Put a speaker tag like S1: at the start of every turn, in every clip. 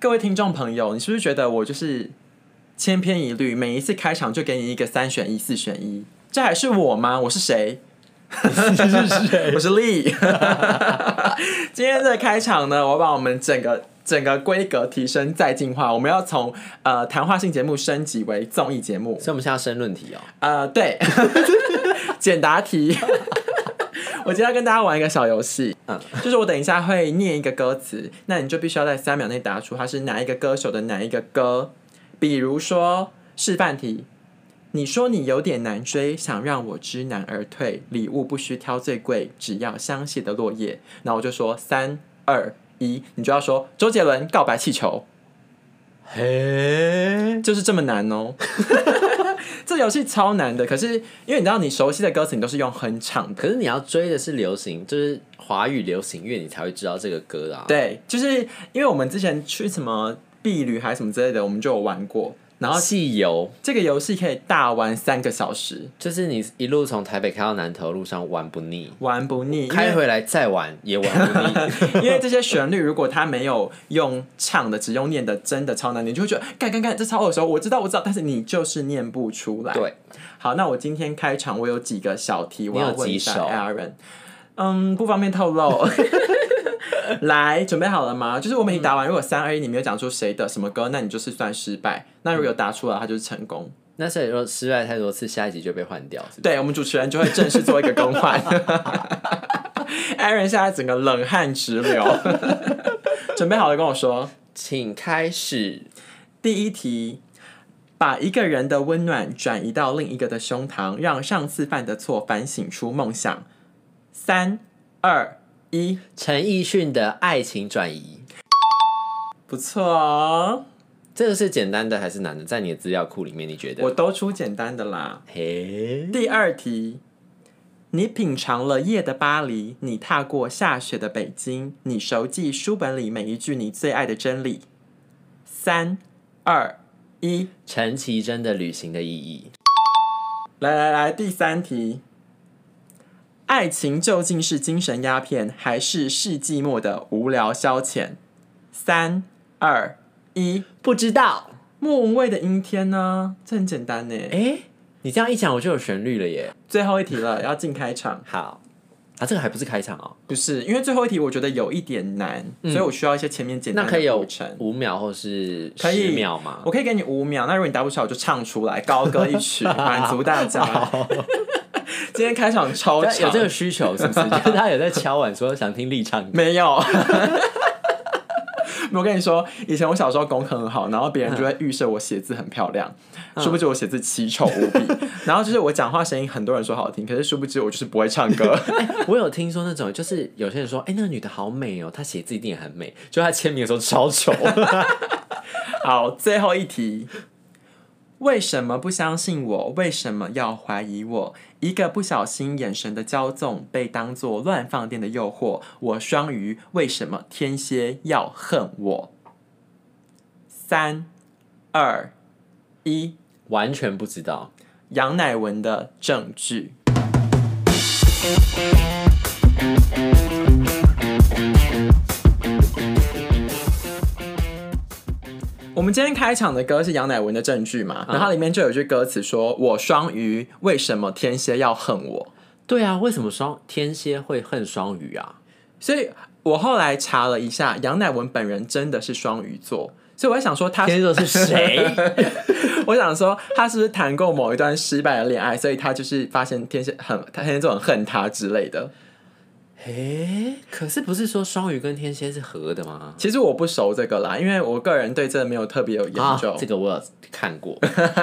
S1: 各位听众朋友，你是不是觉得我就是千篇一律，每一次开场就给你一个三选一、四选一？这还是我吗？我是谁？
S2: 你是谁
S1: 我？是丽。今天的开场呢，我把我们整个整个规格提升再进化，我们要从呃谈话性节目升级为综艺节目。
S2: 所以我们现在要申论题哦。
S1: 呃，对， 简答题。 我今天要跟大家玩一个小游戏，嗯， 就是我等一下会念一个歌词，那你就必须要在三秒内答出它是哪一个歌手的哪一个歌。比如说示范题，你说你有点难追，想让我知难而退，礼物不需挑最贵，只要香榭的落叶。那我就说三二一，你就要说周杰伦《告白气球》。
S2: 嘿，
S1: 就是这么难哦。 这游戏超难的，可是因为你知道，你熟悉的歌词你都是用哼唱的。
S2: 可是你要追的是流行，就是华语流行乐，你才会知道这个歌的啊。
S1: 对，就是因为我们之前去什么避旅还是什么之类的，我们就有玩过。然
S2: 然后
S1: 后
S2: 汽油
S1: 这个游戏可以大玩三个小时，
S2: 就是你一路从台北开到南投，路上玩不腻，
S1: 玩不腻。因
S2: 开
S1: 为
S2: 回来再玩也玩 不腻。
S1: 因为这些旋律，如果它没有用唱的，只用念的，真的超难。你就会觉得干干干，这超耳熟，我知道我知道，但是你就是念不出来。
S2: 对，
S1: 好，那我今天开场我有几个小题，我要问一下
S2: 你有几首
S1: Aaron。嗯，不方便透露。 来，准备好了吗？就是我们已经答完，如果三二一你没有讲出谁的什么歌，那你就是算失败。那如果有答出来，它就是成功。
S2: 那所以说失败太多次，下一集就被换掉，是不
S1: 对我们主持人就会正式做一个更换。Aaron 现在整个冷汗直流，准备好了跟我说。
S2: 是请开始。
S1: 第一题，把一个人的温暖转移到另一个的胸膛，让上次犯的错反省出梦想。三二一，
S2: 陈奕迅的《爱情转移》，
S1: 不错哦，
S2: 这个是简单的还是难的？在你的资料库里面，你觉得？
S1: 我都出简单的啦。
S2: 嘿，
S1: 第二题，你品尝了夜的巴黎，你踏过下雪的北京，你熟记书本里每一句你最爱的真理。三二一，
S2: 陈绮贞的《旅行的意义》。
S1: 来来来，第三题，爱情究竟是精神鸦片，还是世纪末的无聊消遣？三二一，
S2: 不知道。
S1: 莫文蔚的《阴天》呢？这很简单呢。
S2: 哎、你这样一讲，我就有旋律了耶。
S1: 最后一题了，要进开场。
S2: 好，啊，这个还不是开场哦。
S1: 不是，因为最后一题我觉得有一点难，所以我需要一些前面简单
S2: 嗯那可以
S1: 的
S2: 有
S1: 过程。
S2: 五秒或是
S1: 可以
S2: 十秒吗？
S1: 我可以给你五秒，那如果你答不出来，我就唱出来，高歌一 曲，满足大家。 今天开场超
S2: 但有
S1: 长，
S2: 这个需求是不 是？就是他有在敲碗说想听立唱歌。
S1: 没有。我跟你说，以前我小时候功课很好，然后别人
S2: 嗯
S1: 就会预设我写字很漂亮，殊不知我写字奇丑无比。然后就是我讲话声音，很多人说好听，可是殊不知我就是不会唱歌。
S2: 我有听说那种，就是有些人说，哎、那个女的好美哦，她写字一定也很美，就她签名的时候 超丑。
S1: 好，最后一题。为什么不相信我？为什么要怀疑我？一个不小心眼神的骄纵，被当作乱放电的诱惑。我双鱼，为什么天蝎要恨我？三、二、一，
S2: 完全不知道。
S1: 杨乃文的证据。我们今天开场的歌是杨乃文的证据嘛，
S2: 嗯
S1: 然后里面就有一句歌词说：“我双鱼，为什么天蝎要恨我
S2: 对啊，为什么双天蝎会恨双鱼啊？？”
S1: 所以，我后来查了一下，杨乃文本人真的是双鱼座，所以我在想说他，
S2: 天蝎座是 谁？
S1: 我想说他是不是谈过某一段失败的恋爱，所以他就是发现天蝎很天蝎座很恨他之类的。
S2: 哎、可是不是说双鱼跟天蝎是合的吗？
S1: 其实我不熟这个啦，因为我个人对这没有特别有研
S2: 啊
S1: 究。，
S2: 这个我有看过，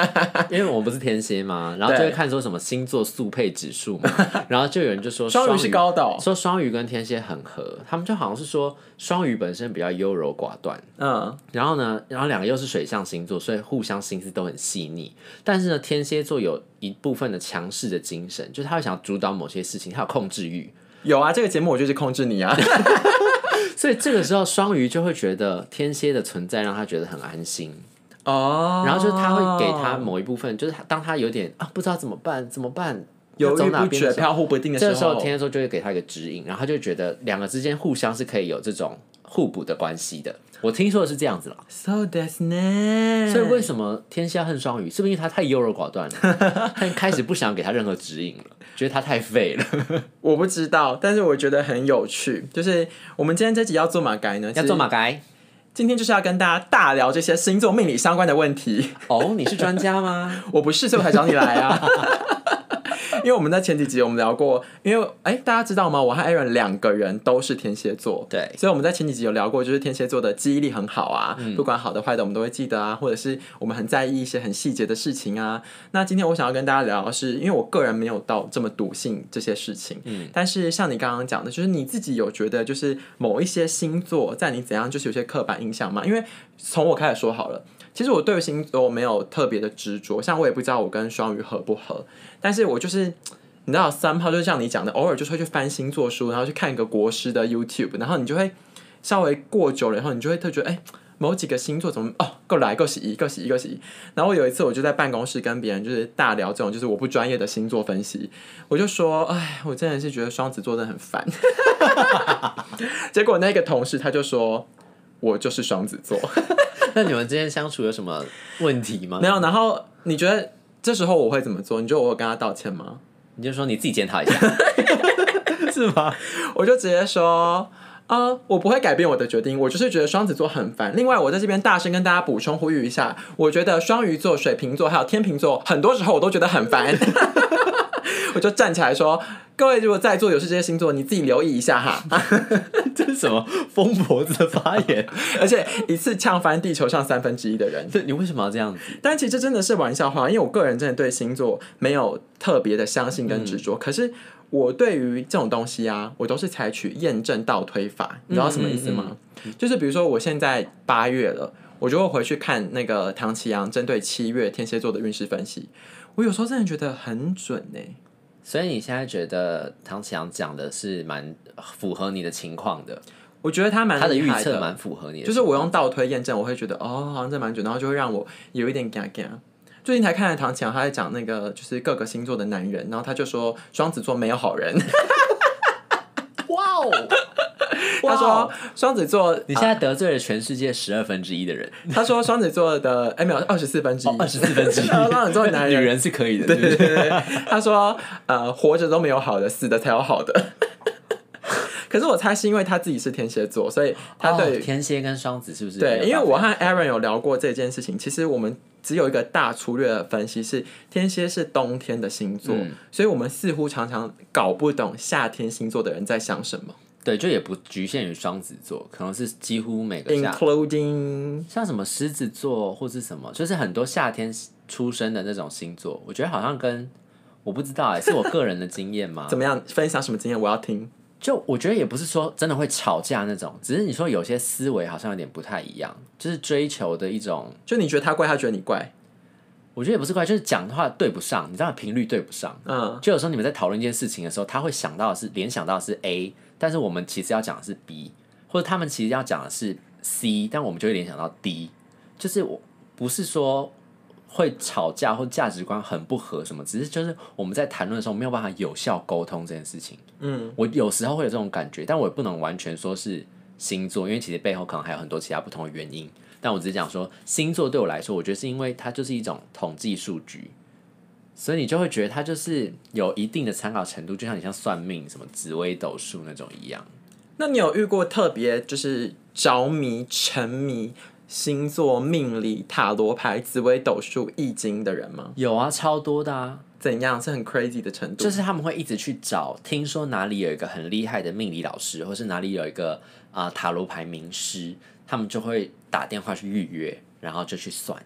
S2: 因为我不是天蝎嘛，然后就
S1: 对
S2: 会看说什么星座速配指数嘛， 然后就有人就说
S1: 双鱼是高的哦
S2: 说双鱼跟天蝎很合，他们就好像是说双鱼本身比较优柔寡断，
S1: 嗯，
S2: 然后呢，然后两个又是水象星座，所以互相心思都很细腻，但是呢，天蝎座有一部分的强势的精神，就是他会想主导某些事情，他有控制欲，
S1: 有啊，这个节目我就是控制你 啊。
S2: 所以这个时候双鱼就会觉得天蝎的存在让他觉得很安心。
S1: 哦
S2: 然后就是他会给他某一部分，就是他当他有点啊不知道怎么办怎么办，
S1: 犹
S2: 要走
S1: 豫
S2: 哪
S1: 不
S2: 边
S1: 决、
S2: 的时候，
S1: 飘忽不定的
S2: 这时
S1: 时
S2: 候天蝎座就会给他一个指引，然后他就觉得两个之间互相是可以有这种互补的关系的。我听说的是这样子啦，
S1: So that's ne。
S2: 所以为什么天下恨双鱼？是不是因为他太优柔寡断 了？他开始不想给他任何指引了，觉得他太废了。
S1: 我不知道，但是我觉得很有趣。就是我们今天这集要做马改呢，
S2: 要做马改
S1: 今天就是要跟大家大聊这些星座命理相关的问题。
S2: 哦？你是专家吗？
S1: 我不是，所以我才找你来啊。 因为我们在前几集我们聊过，因为哎、大家知道吗？我和 Aaron 两个人都是天蝎座，
S2: 对
S1: 所以我们在前几集有聊过，就是天蝎座的记忆力很好啊，不管好的坏的我们都会记得啊，或者是我们很在意一些很细节的事情啊。那今天我想要跟大家聊的是，因为我个人没有到这么笃信这些事情，嗯，但是像你刚刚讲的，就是你自己有觉得就是某一些星座在你怎样就是有些刻板印象吗？因为从我开始说好了。其实我对星座没有特别的执着，像我也不知道我跟双鱼合不合，但是我就是你知道三炮就是像你讲的，偶尔就是会去翻星座书，然后去看一个国师的 YouTube，然后你就会稍微过久了，然后你就会特觉得，哎、某几个星座怎么哦，够来够洗一，够洗一，够洗一。然后有一次我就在办公室跟别人就是大聊这种就是我不专业的星座分析，我就说，哎，我真的是觉得双子座真的很烦。 结果那个同事他就说，我就是双子座。
S2: 那你们之间相处有什么问题吗
S1: 没？有，然后你觉得这时候我会怎么做？你觉得我有跟他道歉吗？
S2: 你就说你自己检讨一 下，是吗？
S1: 我就直接说。啊、我不会改变我的决定，我就是觉得双子座很烦。另外，我在这边大声跟大家补充呼吁一下，我觉得双鱼座、水瓶座还有天秤座，很多时候我都觉得很烦。我就站起来说：“各位，如果在座有是这些星座，你自己留意一下哈。
S2: 这是什么疯婆子的发 言？”
S1: 而且一次呛翻地球上三分之一的人。
S2: 这你为什么要这样子？
S1: 但其实这真的是玩笑话，因为我个人真的对星座没有特别的相信跟执着，可是。我对于这种东西啊，我都是采取验证倒推法，
S2: 嗯
S1: 你知道什么意思吗？就是比如说我现在八月了，我就会回去看那个唐奇阳针对七月天蝎座的运势分析，我有时候真的觉得很准欸呢、
S2: 所以你现在觉得唐启阳讲的是蛮符合你的情况的，
S1: 我觉得他蛮
S2: 他的
S1: 厉
S2: 预
S1: 害
S2: 测蛮符合你的，
S1: 就是我用倒推验证，我会觉得哦，好像这蛮准，然后就会让我有一点嘎嘎。最近才看了唐强，他在讲那个就是各个星座的男人，然后他就说双子座没有好人，
S2: 哇哦，
S1: 他说双子座，
S2: 你现在得罪了全世界十二分之一的人，
S1: 他说双子座的哎没有二十四分之一，
S2: 哦二十四 分之一，
S1: 双子座的男
S2: 女
S1: 人，
S2: 人是可以的，对不对
S1: 对对对，他说呃活着都没有好的，死的才有好的。 可是我猜是因为他自己是天蝎座，所以他对
S2: 哦、天蝎跟双子是不是？
S1: 对，因为我和 Aaron 有聊过这件事情，其实我们只有一个大粗略的分析是，天蝎是冬天的星座，
S2: 嗯
S1: 所以我们似乎常常搞不懂夏天星座的人在想什么
S2: 对，就也不局限于双子座，可能是几乎每个夏，
S1: ，including
S2: 像什么狮子座或是什么，就是很多夏天出生的那种星座，我觉得好像跟我不知道哎、是我个人的经验吗？
S1: 怎么样分享什么经验，我要听。
S2: 就我觉得也不是说真的会吵架那种，只是你说有些思维好像有点不太一样，就是追求的一种，
S1: 就你觉得他怪，他觉得你怪，
S2: 我觉得也不是怪，就是讲的话对不上，你知道频率对不上。
S1: 嗯，
S2: 就有时候你们在讨论一件事情的时候，他会想到的是联想到的是 A，但是我们其实要讲的是 B，或者他们其实要讲的是 C，但我们就会联想到 D，就是我不是说会吵架或价值观很不合什么，只是就是我们在谈论的时候没有办法有效沟通这件事情。嗯，我有时候会有这种感觉，但我也不能完全说是星座，因为其实背后可能还有很多其他不同的原因。但我只是讲说，星座对我来说，我觉得是因为它就是一种统计数据，所以你就会觉得它就是有一定的参考程度，就像你像算命、什么紫微斗数那种一样。
S1: 那你有遇过特别就是着迷、沉迷星座、命理、塔罗牌、紫微斗数、易经的人吗？
S2: 有啊，超多的啊，
S1: 怎样是很 crazy 的程度？
S2: 就是他们会一直去找，听说哪里有一个很厉害的命理老师，或是哪里有一个啊、呃塔罗牌名师，他们就会打电话去预约，然后就去算。
S1: 啊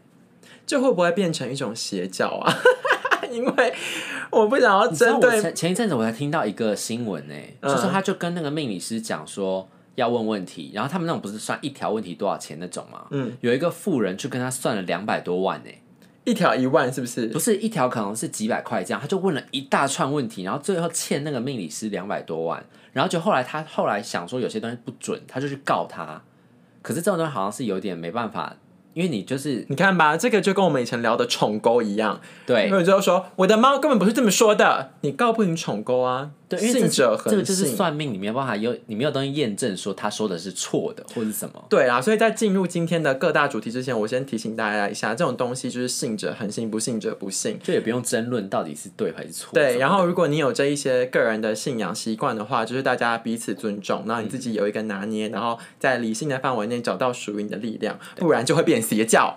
S1: 这会不会变成一种邪教啊？ 因为我不想要
S2: 你知
S1: 针
S2: 道我
S1: 对，
S2: 前前一阵子我还听到一个新闻呢、
S1: 嗯
S2: 就是他就跟那个命理师讲说要问问题，然后他们那种不是算一条问题多少钱那种吗？
S1: 嗯，
S2: 有一个富人去跟他算了两百多万呢、欸
S1: 一条一万是不是？
S2: 不是一条可能是几百块这样，他就问了一大串问题，然后最后欠那个命理师两百多万，然后就后来他后来想说有些东西不准，他就去告他，可是这种东西好像是有点没办法，因为你就是
S1: 你看吧，这个就跟我们以前聊的宠沟一样，
S2: 对
S1: 有人就说我的猫根本不是这么说的，你告不赢宠沟啊，
S2: 对，因为这
S1: 信者恒
S2: 这个就是
S1: 信
S2: 算命，你没有办法有你没有东西验证说他说的是错的或是什么。
S1: 对啊，所以在进入今天的各大主题之前，我先提醒大家一下，这种东西就是信者恒信，不信者不信。
S2: 就也不用争论到底是对还是错。
S1: 对，然后如果你有这一些个人的信仰习惯的话，就是大家彼此尊重，然后你自己有一个拿捏，然后在理性的范围内找到属于你的力量，不然就会变邪教。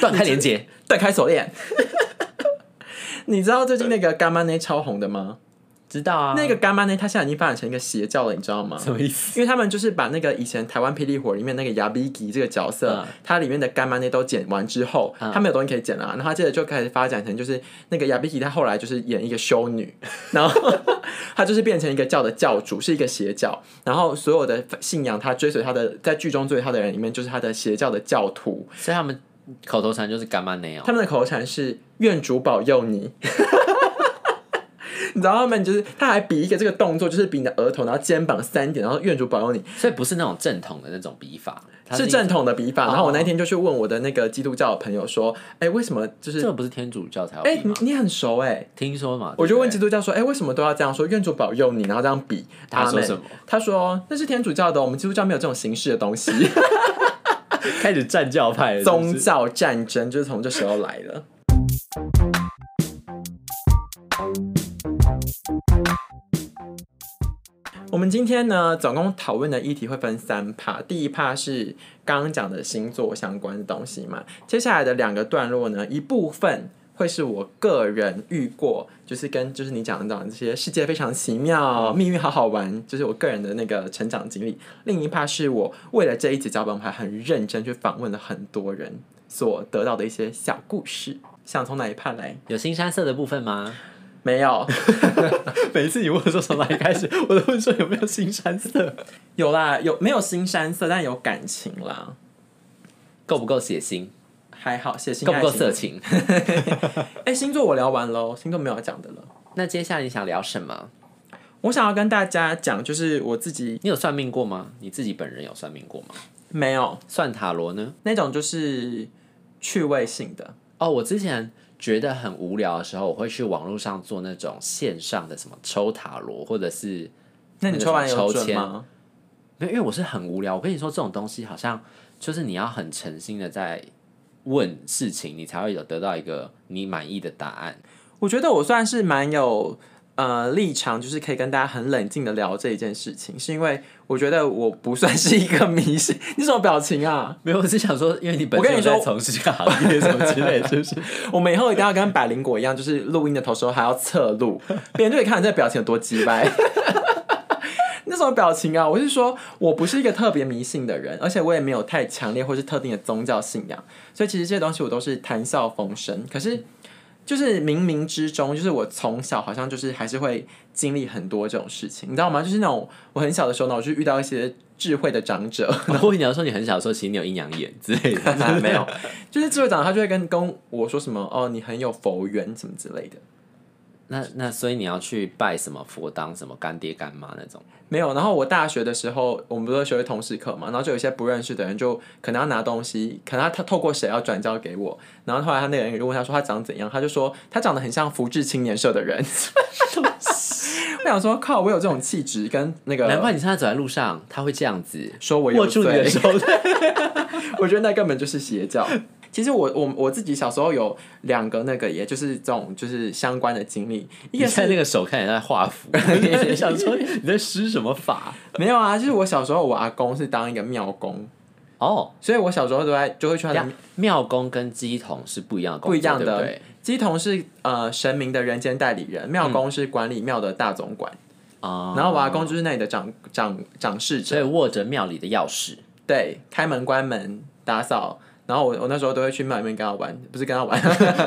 S2: 断开连接，
S1: 断开锁链。 你知道最近那个干妈呢超红的吗？
S2: 知道啊？
S1: 那个干妈呢，它现在已经发展成一个邪教了，你知道吗？
S2: 什么意思？
S1: 因为他们就是把那个以前台湾霹雳火里面那个亚比吉这个角色，
S2: 嗯
S1: 它里面的干妈那都剪完之后，
S2: 嗯
S1: 他没有东西可以剪了、然后他接着就开始发展成就是那个亚比吉，他后来就是演一个修女， 然后他就是变成一个教的教主，是一个邪教，然后所有的信仰他追随他的，在剧中追随他的人里面就是他的邪教的教徒，
S2: 所以他们口头禅就是干嘛哦那样
S1: 他。们的口头禅是“愿主保佑你”。 你知道他们就是，他还比一个这个动作，就是比你的额头，然后肩膀三点，然后愿主保佑你，
S2: 所以不是那种正统的那种笔法，它
S1: 是
S2: 一
S1: 正
S2: 种。
S1: 统的笔法。
S2: 哦
S1: 然后我那天就去问我的那个基督教的朋友说，哎、为什么就是，
S2: 这不是天主教才有
S1: 哎、
S2: 笔
S1: 你
S2: 吗？
S1: 你很熟哎、
S2: 听说嘛，
S1: 我就问基
S2: 对
S1: 督教说，哎、为什么都要这样说，愿主保佑你，然后这样比，
S2: 不对他说
S1: 阿门
S2: 什么，？
S1: 他说那是天主教的哦，我们基督教没有这种形式的东西。
S2: 开始站教派了是不是
S1: 宗教战争就是从这时候来的。我们今天呢，总共讨论的议题会分三趴。第一趴是刚刚讲的星座相关的东西嘛，接下来的两个段落呢，一部分会是我个人遇过，就是跟就是你讲的讲这些世界非常奇妙、命运好好玩，就是我个人的那个成长经历。另一趴是我为了这一集脚本牌很认真去访问了很多人所得到的一些小故事。想从哪一趴来？
S2: 有新山色的部分吗？
S1: 没有，
S2: 每一次你问我说从哪里开始，我都会说有没有新山色，
S1: 有啦，有没有新山色，但有感情啦，
S2: 够不够血腥，
S1: 还好。写信
S2: 够不够
S1: 爱情
S2: 色？情？
S1: 哎、星座我聊完喽，星座没有要讲的了。
S2: 那接下来你想聊什么？
S1: 我想要跟大家讲，就是我自己
S2: 你有算命过吗？你自己本人有算命过吗？
S1: 没有
S2: 算塔罗呢？
S1: 那种就是趣味性的，
S2: 哦，我之前觉得很无聊的时候，我会去网络上做那种线上的什么抽塔罗，或者是
S1: 那你抽完有
S2: 抽
S1: 准
S2: 签
S1: 吗？
S2: 没有，因为我是很无聊。我跟你说，这种东西好像就是你要很诚心的在问事情，你才会有得到一个你满意的答案。
S1: 我觉得我算是蛮有呃立场，就是可以跟大家很冷静的聊这一件事情，是因为我觉得我不算是一个迷信。你什么表情啊？
S2: 没有，我只想说，因为你本
S1: 我跟
S2: 身
S1: 你
S2: 有在
S1: 说
S2: 从事这个行业什么之 类，是不是？
S1: 我们以后一定要跟百灵果一样，就是录音的头时候还要侧录，别人就可以看你这表情有多鸡掰。 那什么表情啊？我是说，我不是一个特别迷信的人，而且我也没有太强烈或是特定的宗教信仰，所以其实这些东西我都是谈笑风生。可是，就是冥冥之中，就是我从小好像就是还是会经历很多这种事情，你知道吗？就是那种我很小的时候呢，我就遇到一些智慧的长者，
S2: 然后你要说你很小的时候，其实你有阴阳眼之类的，
S1: 没有，就是智慧长者他就会跟跟我说什么哦，你很有佛缘什么之类的。
S2: 那那所以你要去拜什么佛当什么干爹干妈那种，
S1: 没有，然后我大学的时候，我们不是学会通识课嘛，然后就有一些不认识的人，就可能要拿东西，可能他他透过谁要转交给我，然后后来他那个人就问他说他长怎样，他就说他长得很像福智青年社的 人。我想说靠，我有这种气质跟那个，
S2: 难怪你现在走在路上，他会这样子
S1: 说我有
S2: 握住你的
S1: 罪
S2: 手，
S1: 我觉得那根本就是邪教。其实我我我自己小时候有两个那个，也就是这种就是相关的经历，一
S2: 你
S1: 个
S2: 看
S1: 是
S2: 那个手看起来在画 符，我想说你在施什么法？
S1: 没有啊，就是我小时候我阿公是当一个庙公，
S2: 哦，
S1: 所以我小时候都在就会去他的
S2: 呀庙公跟鸡童是不一样的工作，
S1: 不一样
S2: 对不
S1: 的
S2: 对？。
S1: 鸡童是呃神明的人间代理人，庙公是管理庙的大总管，
S2: 啊
S1: 然后娃公就是那里的掌掌掌事者，
S2: 所以握着庙里的钥匙，
S1: 对，开门关门打扫。然后我我那时候都会去庙里面跟他玩，不是跟他玩，
S2: 嗯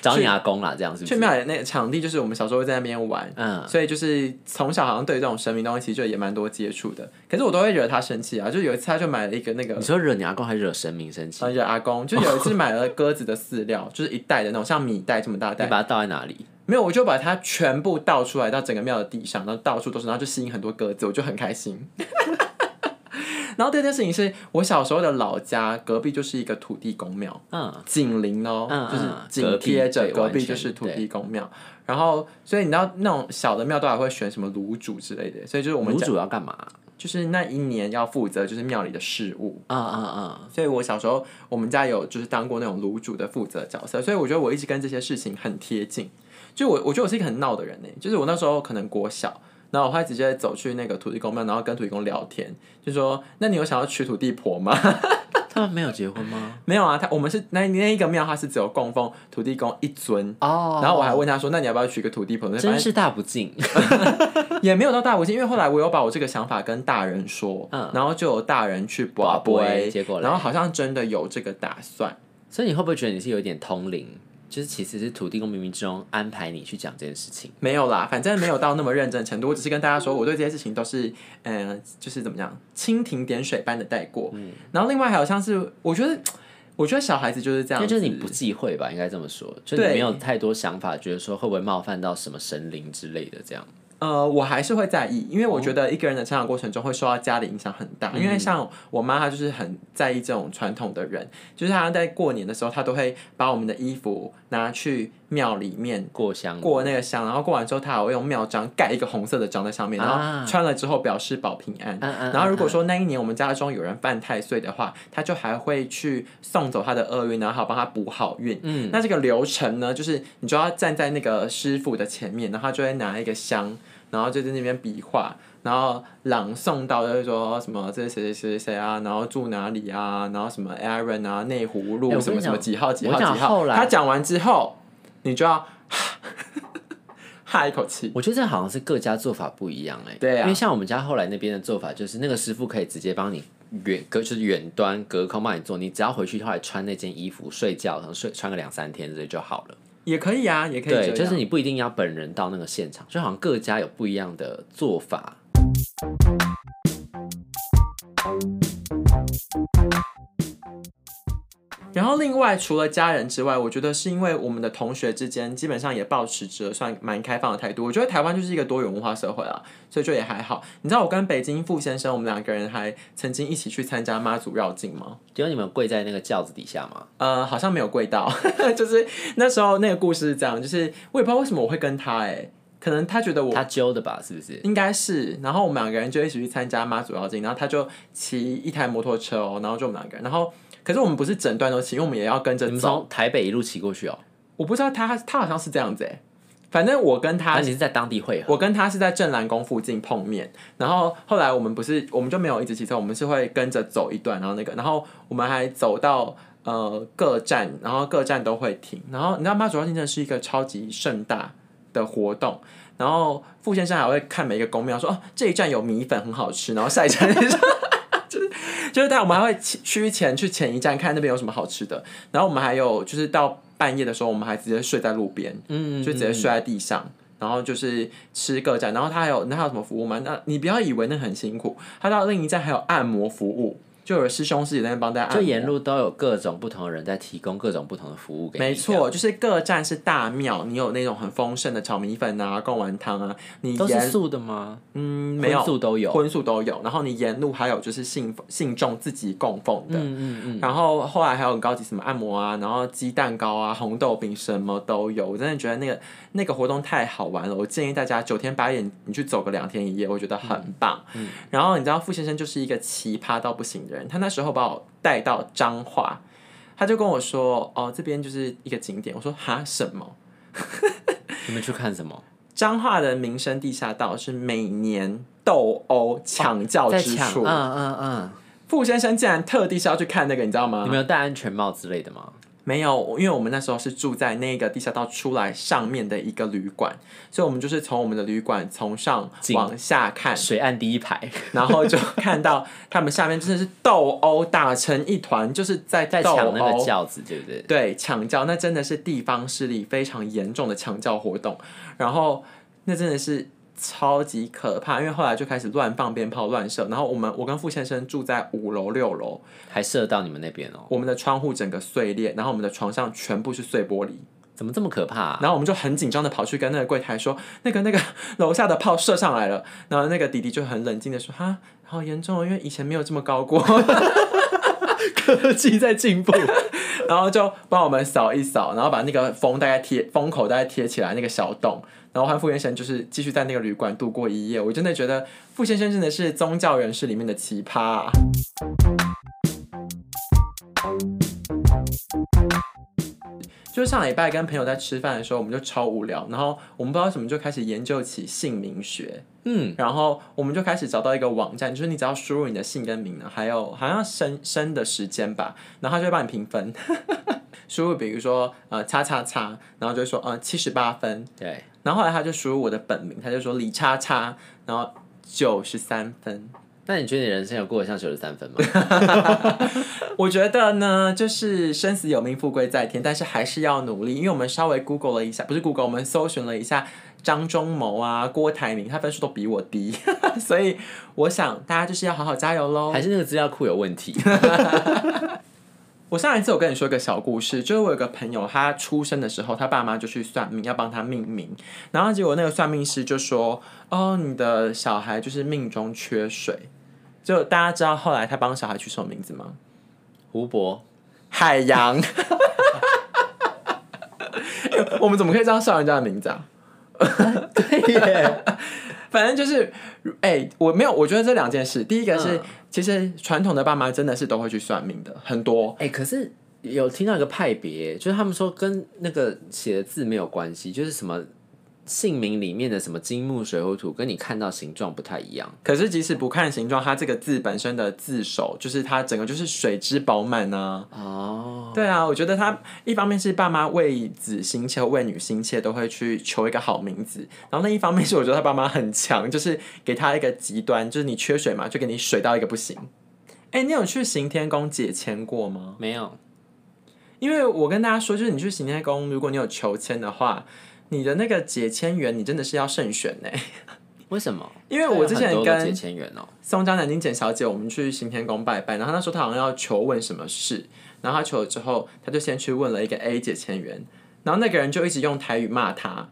S2: 找你阿公啦，这样是 不
S1: 去
S2: 是？
S1: 庙里那个场地就是我们小时候会在那边玩，
S2: 嗯，
S1: 所以就是从小好像对这种神明东西其实就也蛮多接触的。可是我都会惹他生气啊，就有一次他就买了一个那个
S2: 你说惹你阿公还惹神明生气？
S1: 呃，惹阿公，就有一次买了鸽子的饲料，就是一袋的那种像米袋这么大
S2: 你
S1: 袋，
S2: 把它倒在哪里？
S1: 没有，我就把它全部倒出来到整个庙的地上，然后到处都是，然后就吸引很多鸽子，我就很开心。 然后第二件事情是我小时候的老家隔壁就是一个土地公庙，
S2: 嗯，
S1: 紧邻哦，
S2: 嗯
S1: 就是
S2: 嗯隔
S1: 紧
S2: 壁
S1: 贴着
S2: 对
S1: 隔
S2: 完
S1: 壁
S2: 全
S1: 就是土
S2: 对
S1: 地公庙。然后，所以你知道那种小的庙都还会选什么炉主之类的，所以就是我们
S2: 卤
S1: 家
S2: 煮要干嘛？
S1: 就是那一年要负责就是庙里的事务。
S2: 啊啊啊！
S1: 所以我小时候我们家有就是当过那种卤煮的负责角色，所以我觉得我一直跟这些事情很贴近。就我我觉得我是一个很闹的人呢、就是我那时候可能国小。然后我会直接走去那个土地公庙，然后跟土地公聊天，就说：“那你有想要娶土地婆吗
S2: 他们没有结婚吗？？”
S1: 没有啊，他我们是那那一个庙，它是只有供奉土地公一尊。
S2: 哦
S1: 然后我还问他说：“那你要不要娶个土地婆？”反
S2: 真
S1: 正
S2: 是大不敬。
S1: 也没有到大无尽，因为后来我有把我这个想法跟大人说，
S2: 嗯
S1: 然后就有大人去拔
S2: 拔
S1: 杯，
S2: 杯结果嘞
S1: 然后好像真的有这个打算。
S2: 所以你会不会觉得你是有一点通灵？就是其实是土地公冥冥之中安排你去讲这件事情。
S1: 没有啦，反正没有到那么认真程度。我只是跟大家说，我对这些事情都是，嗯、就是怎么讲，蜻蜓点水般的带过。
S2: 嗯
S1: 然后另外还有像是，我觉得，我觉得小孩子就是这样
S2: 那
S1: 子，
S2: 就是你不忌讳吧，应该这么说，就你
S1: 对
S2: 没有太多想法，觉得说会不会冒犯到什么神灵之类的这样。
S1: 呃，我还是会在意，因为
S2: 哦
S1: 我觉得一个人的成长过程中会受到家里影响很大。
S2: 嗯
S1: 因为像我妈，她就是很在意这种传统的人，就是她在过年的时候，她都会把我们的衣服拿去庙里面
S2: 过香炉
S1: 过那个香，然后过完之后，她还会用庙章盖一个红色的章在上面，然
S2: 啊
S1: 后穿了之后表示保平安。
S2: 嗯嗯嗯
S1: 然后如果说那一年我们家中有人犯太岁的话，他就还会去送走他的厄运，然后还有帮他补好运。嗯，那这个流程呢，就是你就要站在那个师傅的前面，然后他就会拿一个香，然后就在那边比划。然后朗诵到就是说什么这谁谁谁谁啊，然后住哪里啊，然后什么 Aaron 啊，内湖
S2: 哎
S1: 路
S2: 我
S1: 什
S2: 跟
S1: 么
S2: 你
S1: 什么
S2: 讲
S1: 几号几
S2: 我
S1: 号
S2: 讲
S1: 几号
S2: 后。来
S1: 他讲完之后，你就要 哈一口气。
S2: 我觉得这好像是各家做法不一样哎、欸，
S1: 对啊
S2: 因为像我们家后来那边的做法，就是那个师傅可以直接帮你远隔，就是远端隔空帮你做，你只要回去后来穿那件衣服睡觉，然后睡穿个两三天这就好了。
S1: 也可以啊，也可以这
S2: 对，
S1: 样。
S2: 就是你不一定要本人到那个现场，就好像各家有不一样的做法。
S1: 然后另外除了家人之外，我觉得是因为我们的同学之间基本上也保持着算蛮开放的态度。我觉得台湾就是一个多元文化社会啊，所以就也还好。你知道我跟北京傅先生，我们两个人还曾经一起去参加妈祖绕境吗？
S2: 只有哦你们跪在那个轿子底下吗？
S1: 呃，好像没有跪到， 就是那时候那个故事是这样，就是我也不知道为什么我会跟他哎、可能他觉得我
S2: 他揪的吧，是不是？
S1: 应该是，然后我们两个人就一起去参加妈祖绕境，然后他就骑一台摩托车哦，然后就我们两个人，然后可是我们不是整段都骑，因为我们也要跟着
S2: 你们
S1: 走。
S2: 从台北一路骑过去哦、
S1: 我不知道他他好像是这样子哎、反正我跟
S2: 那
S1: 他
S2: 你是在当地会合？
S1: 我跟他是在正南宫附近碰面，然后后来我们不是我们就没有一直骑车，我们是会跟着走一段，然后那个，然后我们还走到呃各站，然后各站都会停，然后你知道妈祖绕境真的是一个超级盛大的活动。然后傅先生还会看每一个宫庙，说哦这一站有米粉很好吃，然后下一站就是就是带我们还会去区前去前一站看那边有什么好吃的，然后我们还有就是到半夜的时候，我们还直接睡在路边，
S2: 嗯，
S1: 就直接睡在地上，然后就是吃各站，然后他还有那还有什么服务吗？那你不要以为那很辛苦，他到另一站还有按摩服务，就有师兄师姐在那边帮大家按摩。
S2: 就沿路都有各种不同的人在提供各种不同的服务给你。
S1: 没
S2: 这样，
S1: 错，就是各站是大庙，你有那种很丰盛的炒米粉啊、贡丸汤啊，你
S2: 都是
S1: 沿
S2: 素的吗？
S1: 嗯没有
S2: 荤素都有。
S1: 荤素都有，然后你沿路还有就是信信众自己供奉的，
S2: 嗯嗯嗯，
S1: 然后后来还有很高级什么按摩啊，然后鸡蛋糕啊、红豆饼什么都有。我真的觉得那个那个活动太好玩了，我建议大家九天八夜你你去走个两天一夜，我觉得很棒。
S2: 嗯
S1: 然后你知道傅先生就是一个奇葩到不行的人，他那时候把我带到彰化，他就跟我说：“哦，这边就是一个景点。”我说：“哈什么？”
S2: 你们去看什么？
S1: 彰化的民生地下道是每年斗殴抢教
S2: 在
S1: 之
S2: 抢，
S1: 处，
S2: 嗯嗯嗯，
S1: 傅先生竟然特地是要去看那个，你知道吗？
S2: 你们有戴安全帽之类的吗？
S1: 没有，因为我们那时候是住在那个地下道出来上面的一个旅馆，所以我们就是从我们的旅馆从上
S2: 景
S1: 往下 看，
S2: 水岸第一排，
S1: 然后就看到他们下面真的是斗殴打成一团，就是在
S2: 在
S1: 斗
S2: 抢那个
S1: 殴。
S2: 轿子，对不对？
S1: 对，抢教那真的是地方势力非常严重的抢教活动，然后那真的是超级可怕，因为后来就开始乱放鞭炮、乱射，然后我们我跟傅先生住在五楼、六楼，
S2: 还射到你们那边哦，
S1: 我们的窗户整个碎裂，然后我们的床上全部是碎玻璃，
S2: 怎怎么这么可 怕、啊？
S1: 然后我们就很紧张的跑去跟那个柜台说，那个那个楼下的炮射上来了。然后那个弟弟就很冷静的说，哈，好严重哦，因为以前没有这么高过，
S2: 科技在进步，
S1: 然后就帮我们扫一扫，然后把那个封大概贴封口大概贴起来那个小洞。然后和傅先生就是继续在那个旅馆度过一夜。我真的觉得傅先生真的是宗教人士里面的奇葩啊、就是上礼拜跟朋友在吃饭的时候，我们就超无聊，然后我们不知道为什么就开始研究起姓名学，
S2: 嗯，
S1: 然后我们就开始找到一个网站，就是你只要输入你的姓跟名呢，还有好像生生的时间吧，然后它就会帮你评分。 输入比如说呃叉叉叉，然后就会说呃七十八分，
S2: 对，
S1: 然后后来他就输入我的本名，他就说李叉叉，然后九十三分。
S2: 那你觉得你人生有过得像九十三分吗？
S1: 我觉得呢，就是生死有命，富贵在天，但是还是要努力，因为我们稍微 Google 了一下，不是 Google，我们搜寻了一下张忠谋啊、郭台铭，他分数都比我低， 所以我想大家就是要好好加油喽。
S2: 还是那个资料库有问题？
S1: 我上一次有跟你说一个小故事，就是我有个朋友，他出生的时候，他爸妈就去算命，要帮他命名，然后结果那个算命师就说：“哦，你的小孩就是命中缺水。”就大家知道后来他帮小孩取什么名字吗？
S2: 胡博，
S1: 海洋。 哎我们怎么可以这样笑人家的名字啊？
S2: 对耶，
S1: 反正就是，哎、我没有，我觉得这两件事，第一个是，
S2: 嗯
S1: 其实传统的爸妈真的是都会去算命的，很多。
S2: 哎，可是有听到一个派别，就是他们说跟那个写的字没有关系，就是什么姓名里面的什么金木水火土，跟你看到形状不太一样。
S1: 可是即使不看形状，它这个字本身的字首，就是它整个就是水之饱满呐。
S2: 哦，
S1: 对啊，我觉得他一方面是爸妈为子心切、为女心切，都会去求一个好名字。然后另一方面是我觉得他爸妈很强，就是给他一个极端，就是你缺水嘛，就给你水到一个不行。哎，你有去行天宫解签过吗？
S2: 没有，
S1: 因为我跟大家说，就是你去行天宫，如果你有求签的话，你的那个解签员，你真的是要慎选呢。
S2: 为什么？
S1: 因为我之前
S2: 它有很多
S1: 跟
S2: 个解签员哦，
S1: 松江南京简小姐，我们去行天宫拜拜，然后那时候她好像要求问什么事，然后她求了之后，她就先去问了一个 A 解签员，然后那个人就一直用台语骂她，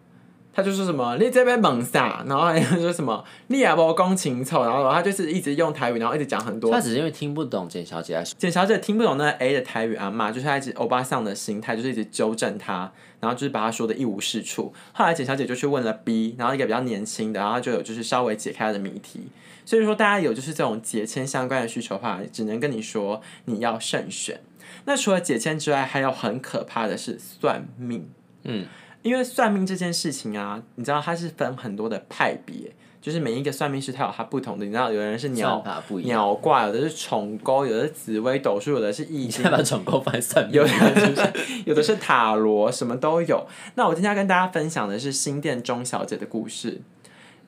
S1: 她就说什么你这边猛撒，然后还说什么你也不讲清楚，然后她就是一直用台语，然后一直讲很多
S2: 他只是因为听不懂简小姐在说，
S1: 简小姐听不懂那个 A 的台语阿骂，就是她一直欧巴桑的心态，就是一直纠正她，然后就是把她说的一无是处。后来简小姐就去问了 B，然后一个比较年轻的，然后她就有就是稍微解开她的谜题。所以说大家有就是这种解签相关的需求的话，只能跟你说你要慎选。那除了解签之外，还有很可怕的是算命。
S2: 嗯，
S1: 因为算命这件事情啊，你知道它是分很多的派别，就是每一个算命师他有他不同的，你知道有人是鸟
S2: 算法不一样。
S1: 鸟卦，有的是重勾，有的是紫微斗数，有的是易
S2: 你
S1: 经
S2: 现在，把总共翻算命
S1: 有的 有的是塔罗，什么都有。那我今天要跟大家分享的是新店钟小姐的故事，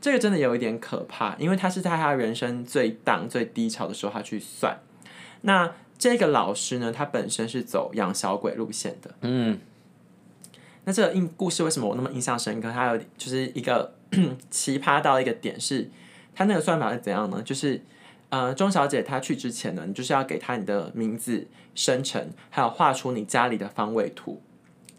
S1: 这个真的有一点可怕，因为她是在她人生最 down、最低潮的时候，她去算。那这个老师呢，他本身是走养小鬼路线的。
S2: 嗯，
S1: 那这个印故事为什么我那么印象深刻？它有就是一个 奇葩到一个点是，它那个算法是怎样呢？就是呃，钟小姐她去之前呢，你就是要给她你的名字、生辰，还有画出你家里的方位图，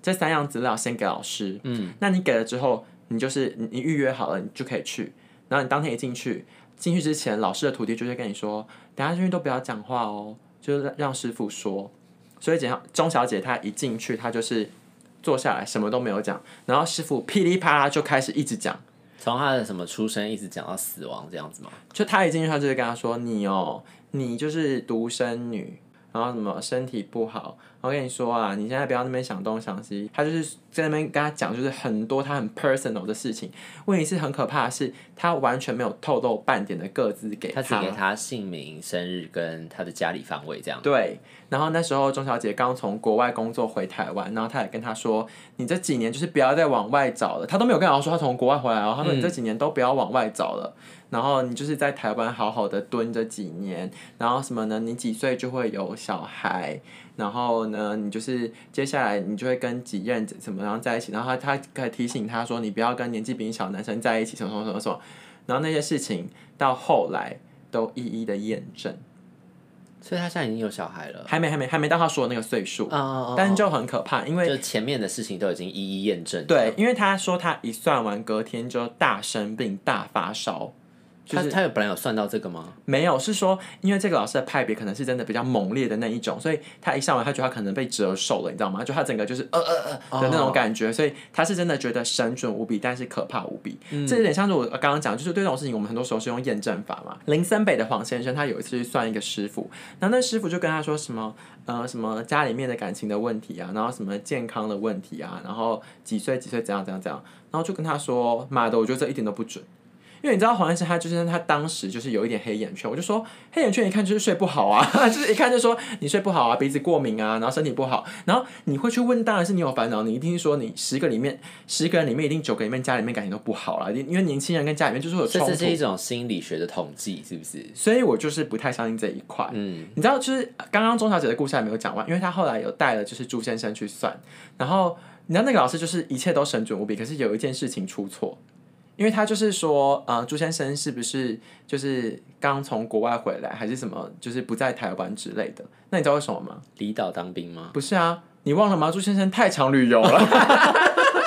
S1: 这三样资料先给老师。嗯，那你给了之后，你就是你你预约好了，你就可以去。然后你当天一进去，进去之前，老师的徒弟就会跟你说，等下进去都不要讲话哦，就是让让师傅说。所以简小钟小姐她一进去，她就是坐下来，什么都没有讲，然后师傅噼里啪啦就开始一直讲。
S2: 从他的什么出生一直讲到死亡这样子吗？
S1: 就他一进去，他就会跟他说：“你哦，你就是独生女，然后什么身体不好，我跟你说啊，你现在不要那边想东想西。”他就是在那边跟他讲，就是很多他很 personal 的事情。问题是很可怕的是，他完全没有透露半点的个资给
S2: 他只给他姓名、生日跟他的家里方位这样。
S1: 对，然后那时候钟小姐刚从国外工作回台湾，然后她也跟她说：“你这几年就是不要再往外找了。”她都没有跟老师说她从国外回来哦，她说：“你这几年都不要往外找了，然后你就是在台湾好好的蹲这几年，然后什么呢？你几岁就会有小孩，然后呢，你就是接下来你就会跟几任什么然后在一起，然后她她提醒她说你不要跟年纪比你小的男生在一起，什么什么什么什么，然后那些事情到后来都一一的验证。
S2: 所以他现在已经有小孩了。
S1: 还没还没还没到他说的那个岁数，
S2: 啊啊
S1: 但是就很可怕，因为
S2: 就前面的事情都已经一一验证。
S1: 对，因为他说他一算完隔天就大生病、大发烧，就
S2: 他
S1: 是
S2: 他有本来有算到这个吗？
S1: 没有是说，因为这个老师的派别可能是真的比较猛烈的那一种，所以他一上完他觉得他可能被折寿了，你知道吗？就他整个就是呃呃呃的那种感觉，所以他是真的觉得神准无比，但是可怕无比。嗯这有点像是我刚刚讲，就是对这种事情，我们很多时候是用验证法嘛。林森北的黄先生，他有一次去算一个师傅，然后那师傅就跟他说什么呃什么家里面的感情的问题啊，然后什么健康的问题啊，然后几岁几岁怎样怎样怎样，然后就跟他说，妈的，我觉得这一点都不准。因为你知道黄医生他就是他当时就是有一点黑眼圈，我就说黑眼圈一看就是睡不好啊， 就是一看就说你睡不好啊，鼻子过敏啊，然后身体不好，然后你会去问，当然是你有烦恼，你一定是说你十个里面十个人里面一定九个里面家里面感情都不好了，因因为年轻人跟家里面就是会有
S2: 所
S1: 冲
S2: 以这
S1: 突
S2: 是，一种心理学的统计，是不是？
S1: 所以我就是不太相信这一块。
S2: 嗯，
S1: 你知道，就是刚刚钟小姐的故事还没有讲完，因为她后来有带了就是朱先生去算，然后你知道那个老师就是一切都神准无比，可是有一件事情出错，因为他就是说，呃，朱先生是不是就是刚从国外回来，还是什么，就是不在台湾之类的？那你知道为什么吗？
S2: 离岛当兵吗？
S1: 不是啊，你忘了吗？朱先生太常旅游了，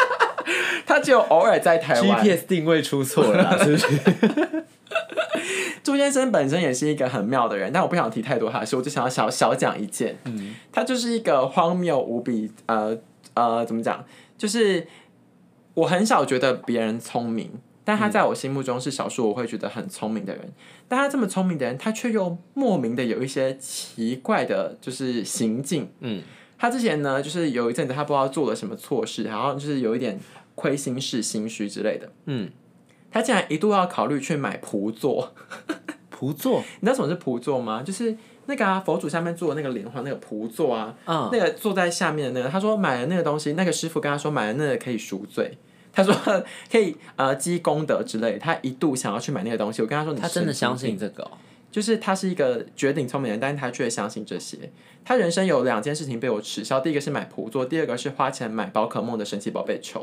S1: 他只有偶尔在台湾。
S2: GPS 定位出错了啦，是不是？
S1: 朱先生本身也是一个很妙的人，但我不想提太多他的事，我就想要小小讲一件。嗯，他就是一个荒谬无比，呃呃，怎么讲？就是我很少觉得别人聪明，但
S2: 嗯
S1: 他在我心目中是少数我会觉得很聪明的人。但他这么聪明的人，他却又莫名的有一些奇怪的，就是行径。
S2: 嗯，
S1: 他之前呢，就是有一阵子他不知道做了什么错事，然后就是有一点亏心事、心虚之类的。
S2: 嗯，
S1: 他竟然一度要考虑去买仆座。
S2: 不做
S1: 你知道什么是仆座吗？就是那个啊，佛祖下面做的那个莲花那个仆座啊，
S2: 啊，
S1: 那个坐在下面的那个，他说买了那个东西，那个师傅跟他说买了那个可以赎罪，他说 可以呃积功德之类，他一度想要去买那个东西，我跟他说你
S2: 他真
S1: 神经
S2: 的相信这个哦、
S1: 就是他是一个绝顶聪明人，但是他却相信这些。他人生有两件事情被我耻笑，第一个是买仆座，第二个是花钱买宝可梦的神奇宝贝球。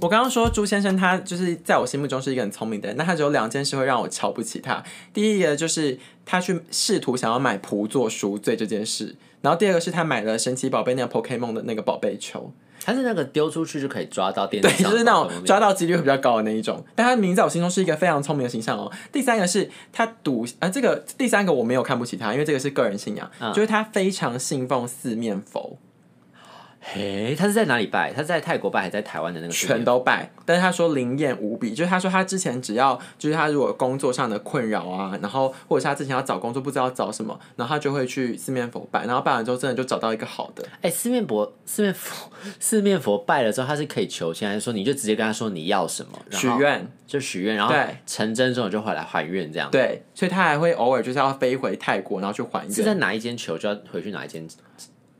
S1: 我刚刚说朱先生他就是在我心目中是一个很聪明的人，那他只有两件事会让我瞧不起他。第一个就是他去试图想要买仆座赎罪这件事，然后第二个是他买了神奇宝贝那个 Pokemon 的那个宝贝球。
S2: 他是那个丢出去就可以抓到电
S1: 对，
S2: 视上
S1: 就
S2: 的
S1: 是那种
S2: 画面
S1: 抓到几率会比较高的那一种。但他名字在我心中是一个非常聪明的形象哦。第三个是他赌啊、这个第三个我没有看不起他，因为这个是个人信仰，
S2: 嗯
S1: 就是他非常信奉四面佛，
S2: 嘿，他是在哪里拜？他是在泰国拜，还是在台湾的那个寺
S1: 全
S2: 庙
S1: 都拜。但是他说灵验无比，就是他说他之前只要就是他如果工作上的困扰啊，然后或者是他之前要找工作不知道找什么，然后他就会去四面佛拜，然后拜完之后真的就找到一个好的。
S2: 哎、四面佛，四面佛，四面佛拜了之后，他是可以求签，还是说你就直接跟他说你要什么，然
S1: 许
S2: 后
S1: 愿，
S2: 就许愿，然后
S1: 对
S2: 成真之后你就回来还愿这样。，
S1: 对，所以他还会偶尔就是要飞回泰国，然后去还
S2: 是
S1: 愿。
S2: 在哪一间求就要回去哪一间？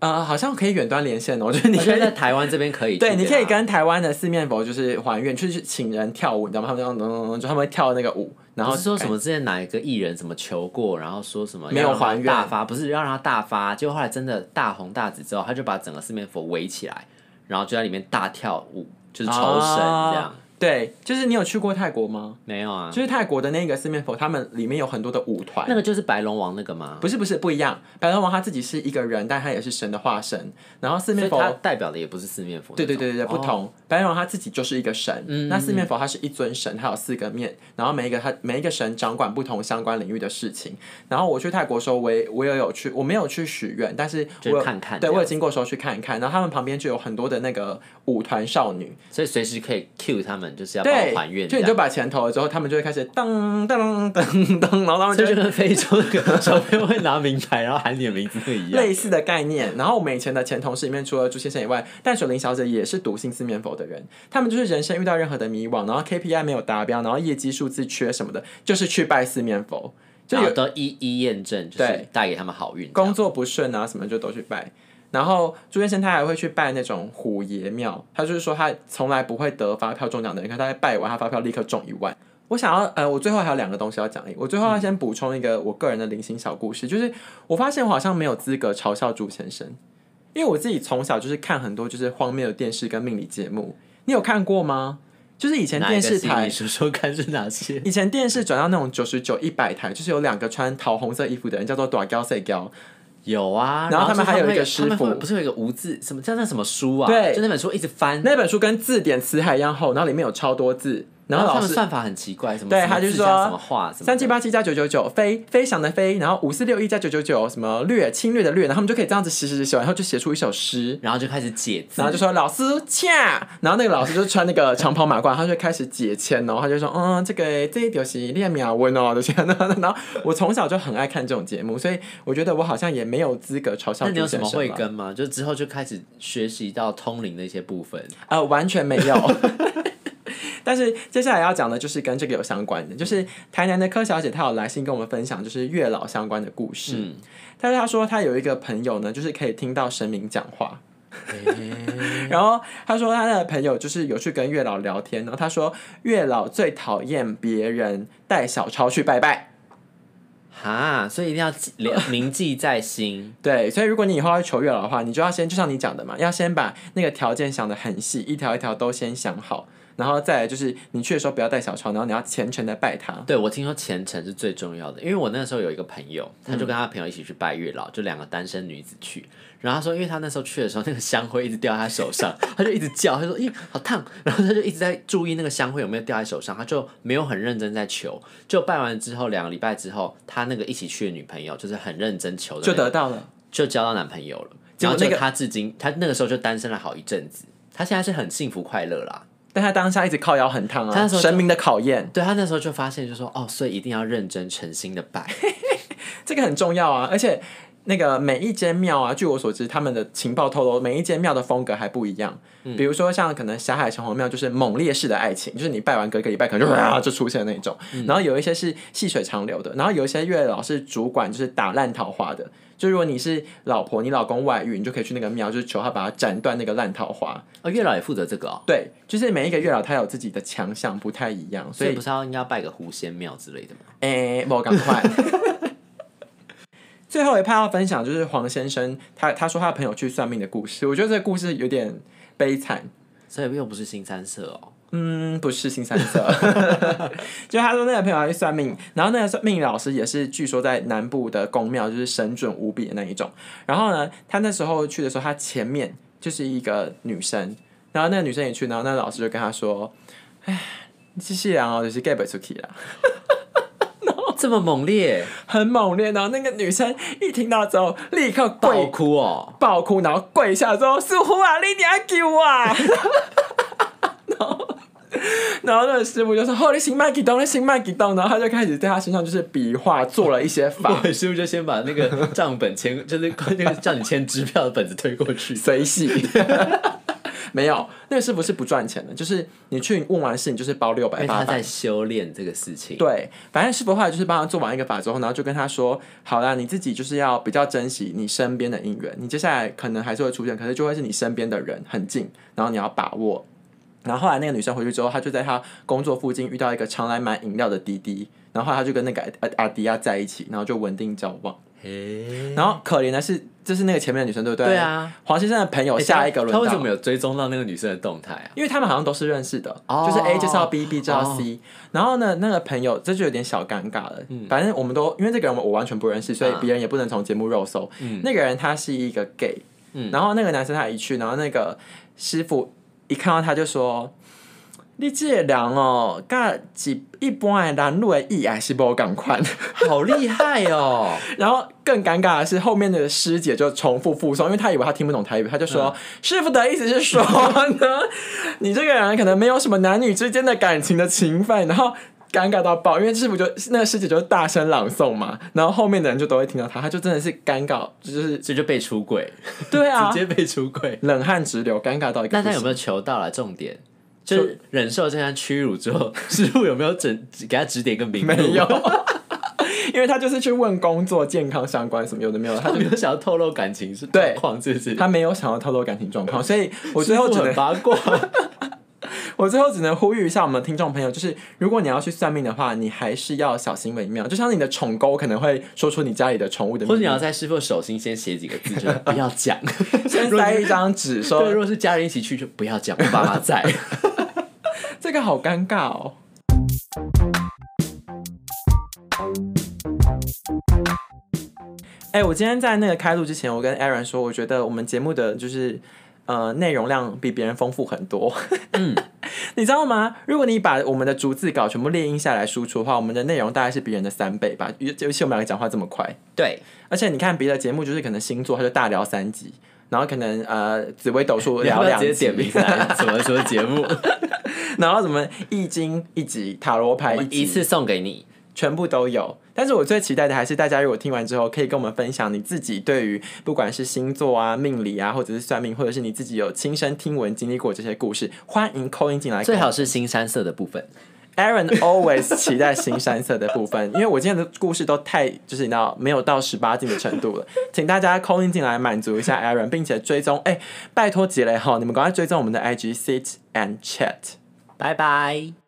S1: 呃，好像可以远端连线哦，就是你
S2: 你
S1: 可
S2: 可
S1: 以
S2: 以在台湾这边可以 去
S1: 对，你可以
S2: 的啊
S1: 跟台湾的四面佛就是还愿，就是请人跳舞，你知道吗？他们这样咚咚咚，就他们会跳那个舞，然后
S2: 不是说什么之前哪一个艺人什么求过，然后说什么
S1: 没有
S2: 要让他
S1: 还愿
S2: 大发，不是要让他大发，结果后来真的大红大紫之后，他就把整个四面佛围起来，然后就在里面大跳舞，就是酬神这样。
S1: 啊对，就是你有去过泰国吗？
S2: 没有啊，
S1: 就是泰国的那个四面佛，他们里面有很多的舞团
S2: 那。个就是白龙王那个吗？
S1: 不是不是不一样，白龙王他自己是一个人，但他也是神的化身。然后四
S2: 所
S1: 面
S2: 以它
S1: 佛，
S2: 代表的也不是四面佛那
S1: 对
S2: 种。
S1: 对对对对，不
S2: 哦
S1: 同。白龙王他自己就是一个神，
S2: 嗯
S1: 那四面佛他是一尊神，他有四个面，然后每一个他每一个神掌管不同相关领域的事情。然后我去泰国的时候，我也我也有去，我没有去许愿，但是我
S2: 就
S1: 有
S2: 是看看
S1: 对
S2: 这
S1: 我
S2: 样
S1: 有经过的时候去看一看，然后他们旁边就有很多的那个舞团少女，
S2: 所以随时可以 cue 他们，就是要帮
S1: 对
S2: 我还，愿
S1: 就
S2: 哦这
S1: 你
S2: 样，
S1: 就把钱投了之后，他们就会开始噔噔噔噔噔，然后他们就
S2: 这
S1: 会
S2: 就跟非洲那 个小朋友会拿名牌，然后喊你的名字那一样。
S1: 类似的概念。然后我们以前的前同事里面，除了朱先生以外，淡水林小姐也是笃信四面佛的人。他们就是人生遇到任何的迷惘，然后 KPI 没有达标，然后业绩数字缺什么的，就是去拜四面佛。就
S2: 然后
S1: 有
S2: 都一一验证，就是
S1: 对
S2: 带给他们好运。
S1: 工作不顺啊什么就都去拜。然后朱先生他还会去拜那种虎爷庙，他就是说他从来不会得发票中奖的人，可是他在拜完他发票立刻中一万。我想要呃，我最后还有两个东西要讲，我最后要先补充一个我个人的零星小故事，就是我发现我好像没有资格嘲笑朱先生，因为我自己从小就是看很多就是荒谬的电视跟命理节目，你有看过吗？就是以前
S2: 哪
S1: 电
S2: 一个
S1: 视
S2: 戏
S1: 台
S2: 你说说看是哪些？
S1: 以前电视转到那种九十九、一百台，就是有两个穿桃红色衣服的人叫做短高赛高，
S2: 有啊，
S1: 然后他们
S2: 说
S1: 还有
S2: 会
S1: 一个师
S2: 他们会
S1: 傅
S2: 不是有一个无字什么叫那什么书啊？
S1: 对
S2: 就那本书一直翻，
S1: 那本书跟字典词海一样厚，然后里面有超多字，然后
S2: 他
S1: 老
S2: 们
S1: 师。
S2: 算法很奇怪，什么
S1: 对
S2: 什么
S1: 他就
S2: 字
S1: 说
S2: 加什么话什么
S1: 三七
S2: 的
S1: 八七加九九九，飞飞翔的飞，然后五四六一加九九九，什么略侵略的略，然后他们就可以这样子写写写写完，然后就写出一首诗，
S2: 然后就开始解字，
S1: 然后就说老师恰，然后那个老师就穿那个长袍马褂，他就开始解签哦，他就说嗯，这个这一表是练秒文哦，就是这样。然后我从小就很爱看这种节目，所以我觉得我好像也没有资格嘲笑。
S2: 那你有什么慧？根吗？就之后就开始学习到通灵的一些部分。
S1: 呃，完全没有。 但是接下来要讲的就是跟这个有相关的，就是台南的柯小姐，她有来信跟我们分享，就是月老相关的故事。
S2: 嗯
S1: 但是她说她有一个朋友呢，就是可以听到神明讲话。
S2: 诶
S1: 然后她说她的朋友就是有去跟月老聊天，然后她说月老最讨厌别人带小抄去拜拜。
S2: 哈，所以一定要记连铭记在心。
S1: 对，所以如果你以后要求月老的话，你就要先就像你讲的嘛，要先把那个条件想得很细，一条一条都先想好，然后再来就是你去的时候不要带小抄，然后你要虔诚的拜他。
S2: 对，我听说虔诚是最重要的，因为我那时候有一个朋友，
S1: 嗯
S2: 他就跟他朋友一起去拜月老，就两个单身女子去。然后他说，因为他那时候去的时候，那个香灰一直掉在他手上， 他就一直叫，他说：“咦，好烫！”然后他就一直在注意那个香灰有没有掉在手上，他就没有很认真在求。就拜完之后，两个礼拜之后，他那个一起去的女朋友就是很认真求的
S1: 就
S2: 那个，
S1: 得到了。
S2: 就交到男朋友了。
S1: 结果
S2: 然后
S1: 那
S2: 就
S1: 个
S2: 他至今，他那个时候就单身了好一阵子，他现在是很幸福快乐啦。
S1: 但他当下一直靠腰很烫
S2: 他
S1: 啊，
S2: 那时候就
S1: 神明的考验，
S2: 对他那时候就发现，就说哦，所以一定要认真诚心的拜。
S1: 这个很重要啊。而且那个每一间庙啊，据我所知，他们的情报透露，每一间庙的风格还不一样。比如说像可能霞海城隍庙就是猛烈式的爱情，就是你拜完隔一个礼拜可能就啊就出现那种。然后有一些是细水长流的，然后有一些月老是主管就是打烂桃花的。就如果你是老婆，你老公外遇，你就可以去那个庙，就是求他把他斩断那个烂桃花。
S2: 哦，月老也负责这个哦，
S1: 对，就是每一个月老他有自己的强项，不太一样，所
S2: 所
S1: 以
S2: 以不是要应该要拜个狐仙庙之类的吗？
S1: 诶，我赶快。最后一趴要分享就是黄先生，他他说他朋友去算命的故事，我觉得这个故事有点悲惨。
S2: 所以又不是新三色哦。
S1: 嗯，不是新三色， 就他说那个朋友他去算命，然后那个算命老师也是据说在南部的宫庙就是神准无比的那一种。然后呢，他那时候去的时候，他前面就是一个女生，然后那个女生也去，然后那个老师就跟他说：“哎，你这细人哦，就是 get 不出去啦。”
S2: 这么猛烈，
S1: 很猛烈，然后那个女生一听到之后，立刻
S2: 爆
S1: 跪
S2: 哭 哦！
S1: 爆哭，然后跪下之后，师傅啊，你你要救我啊！ 然后，然后那个师傅就说：“ 哦，你行麦激动，你行麦激动。”然后他就开始在他身上就是比划，做了一些 法，
S2: 我师傅就先把那个账本签，就是那个叫你签支票的本子推过去。
S1: 随喜。 没有，那个师傅是不赚钱的，就是你去问完事，你就是包六
S2: 因
S1: 百
S2: 为
S1: 八
S2: 他
S1: 百
S2: 在。修炼这个事情，
S1: 对，反正师傅后来就是帮他做完一个法之后，然后就跟他说：“好啦，你自己就是要比较珍惜你身边的姻缘，你接下来可能还是会出现，可是就会是你身边的人很近，然后你要把握。”然后后来那个女生回去之后，她就在她工作附近遇到一个常来买饮料的滴滴，然后后来她就跟那个阿阿迪亚在一起，然后就稳定交往。
S2: 诶，
S1: 然后可怜的是，就是那个前面的女生对不对？
S2: 对啊，
S1: 黄先生的朋友下一个轮
S2: 他
S1: 到
S2: 为什么有追踪到那个女生的动态 啊？
S1: 因为他们好像都是认识的，
S2: 哦
S1: 就是 A 介绍 B，B 介绍 C，、然后呢，那个朋友这就有点小尴尬了。反正我们都因为这个人我我完全不认识，所以
S2: 嗯
S1: 别人也不能从节目肉搜。那个人他是一个 gay，、
S2: 嗯
S1: 然后那个男生他一去，然后那个师傅一看到他就说：“你这个人哦，跟一一般的男女的意还是不共款。”
S2: 好厉害哦！
S1: 然后更尴尬的是，后面的师姐就重复附送，因为她以为她听不懂台语，她就说：“师傅的意思是说呢，你这个人可能没有什么男女之间的感情的情分。”然后。尴尬到爆，因为师傅就那个师姐就是大声朗诵嘛，然后后面的人就都会听到她，她就真的是尴尬，就是
S2: 这就被出轨，
S1: 对啊
S2: 直，接被出轨。
S1: 冷汗直流，尴尬到一个
S2: 那
S1: 不行。
S2: 他有没有求到了？重点就是忍受这番屈辱之后，师傅有没有整给他指点个明路？
S1: 没有， 因为他就是去问工作、健康相关什么有的没有的，
S2: 他
S1: 他
S2: 没有想要透露感情是
S1: 对
S2: 状况，是不是？
S1: 他没有想要透露感情状况，所以我最
S2: 师
S1: 后
S2: 傅
S1: 只能
S2: 很八卦，
S1: 我最后只能呼吁一下我们的听众朋友，就是如果你要去算命的话，你还是要小心为妙。就像你的宠狗可能会说出你家里的宠物的
S2: 或者
S1: 名
S2: 你
S1: 字，
S2: 要在师傅手心先写几个字，就是不要 讲。
S1: 先塞一张纸
S2: 对，如
S1: 说，
S2: 果是家人一起去，就不要讲，我爸妈在。
S1: 这个好尴尬哦。哎、我今天在那个开录之前，我跟 Aaron 说，我觉得我们节目的就是呃内容量比别人丰富很多。
S2: 嗯，
S1: 你知道吗？如果你把我们的逐字稿全部列印下来输出的话，我们的内容大概是别人的三倍吧。尤尤其我们两个讲话这么快，
S2: 对，
S1: 而且你看别的节目，就是可能星座他就大聊三集，然后可能呃紫微斗 数聊
S2: 不要
S1: 两
S2: 直接
S1: 集
S2: 点名来什么什么 节目，
S1: 然后什么易经一集、塔罗牌
S2: 我
S1: 一
S2: 们
S1: 集，
S2: 一次送给你。
S1: 全部都有。但是我最期待的还是大家如果听完之后，可以跟我们分享你自己对于不管是星座啊、命理啊，或者是算命，或者是你自己有亲身听闻、经历过这些故事，欢迎扣音进来。
S2: 最好是新山色的部分，
S1: Aaron always 期待新山色的部分，因为我今天的故事都太就是你知道没有到十八禁的程度了，请大家 call in 进来满足一下 Aaron，并且追踪哎、拜托杰雷哈，你们赶快追踪我们的 IG sit and chat。
S2: 拜拜。